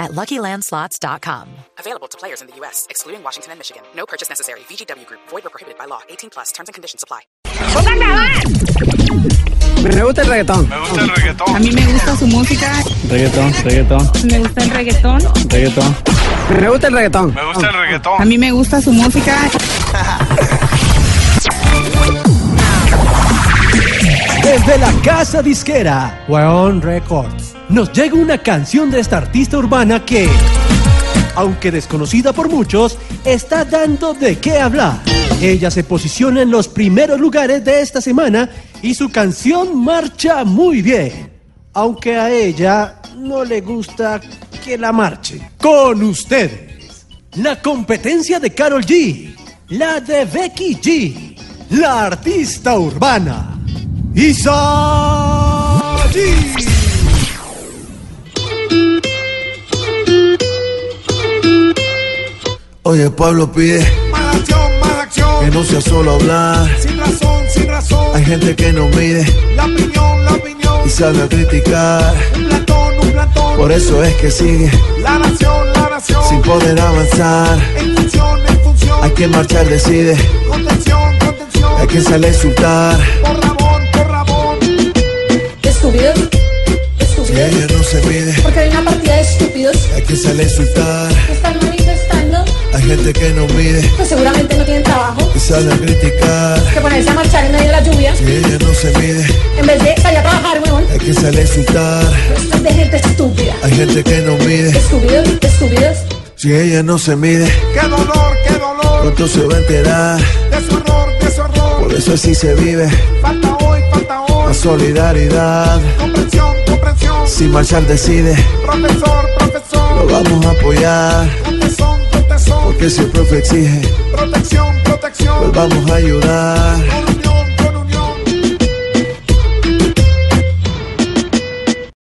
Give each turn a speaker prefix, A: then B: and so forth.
A: at luckylandslots.com.
B: Available to players in the U.S., excluding Washington and Michigan. No purchase necessary. VGW Group, void or prohibited by law. 18 plus terms and conditions apply.
C: Me gusta el reggaetón.
D: Me gusta el reggaetón.
E: A mí me gusta su música,
F: Reggaetón, reggaetón,
E: me gusta el reggaetón.
F: reggaetón.
C: Me gusta el reggaetón.
D: Me gusta el
E: A
D: reggaetón.
E: mí me gusta su música.
G: Desde la casa disquera Weon Records nos llega una canción de esta artista urbana que, aunque desconocida por muchos, está dando de qué hablar. Ella se posiciona en los primeros lugares de esta semana y su canción marcha muy bien, aunque a ella no le gusta que la marche. Con ustedes, la competencia de Carol G, la de Becky G, la artista urbana. Isa G.
H: Oye, Pablo pide
I: Más acción, más acción.
H: que no sea solo hablar.
I: Sin razón, sin razón.
H: Hay gente que no mide
I: La opinión, la opinión.
H: y sale a criticar.
I: Un plantón, un plantón.
H: Por eso es que sigue
I: La nación, la nación.
H: sin poder avanzar.
I: En función, en función.
H: Hay quien marchar decide,
I: Contención, contención.
H: hay quien sale a insultar.
I: Por Ramón, por Ramón.
J: Estúpidos,
H: Y
J: estúpidos,
H: ella no se mide,
J: porque hay una partida de estúpidos
H: hay quien sale a insultar.
J: que están manifestando,
H: Hay gente que no mide
J: pues seguramente no tienen trabajo,
H: y sale a criticar.
J: que ponerse a marchar en medio de la lluvia,
H: Y ella no se mide,
J: en vez de salir a trabajar, huevón,
H: hay quien sale a insultar.
J: esto es de gente estúpida.
H: Hay gente que no mide,
J: Estúpidos, estúpidos,
H: si ella no se mide,
I: Qué dolor, qué dolor.
H: pronto se va a enterar.
I: De su error, de su
H: Por
I: error.
H: eso así se vive,
I: Falta hoy, falta
H: la
I: hoy.
H: solidaridad.
I: Comprensión, comprensión.
H: Si marchar decide,
I: Profesor,
H: lo
I: profesor.
H: vamos a apoyar.
I: Contesón, contesón.
H: Porque si el profe exige,
I: Protección,
H: lo
I: protección.
H: vamos a ayudar.
I: Un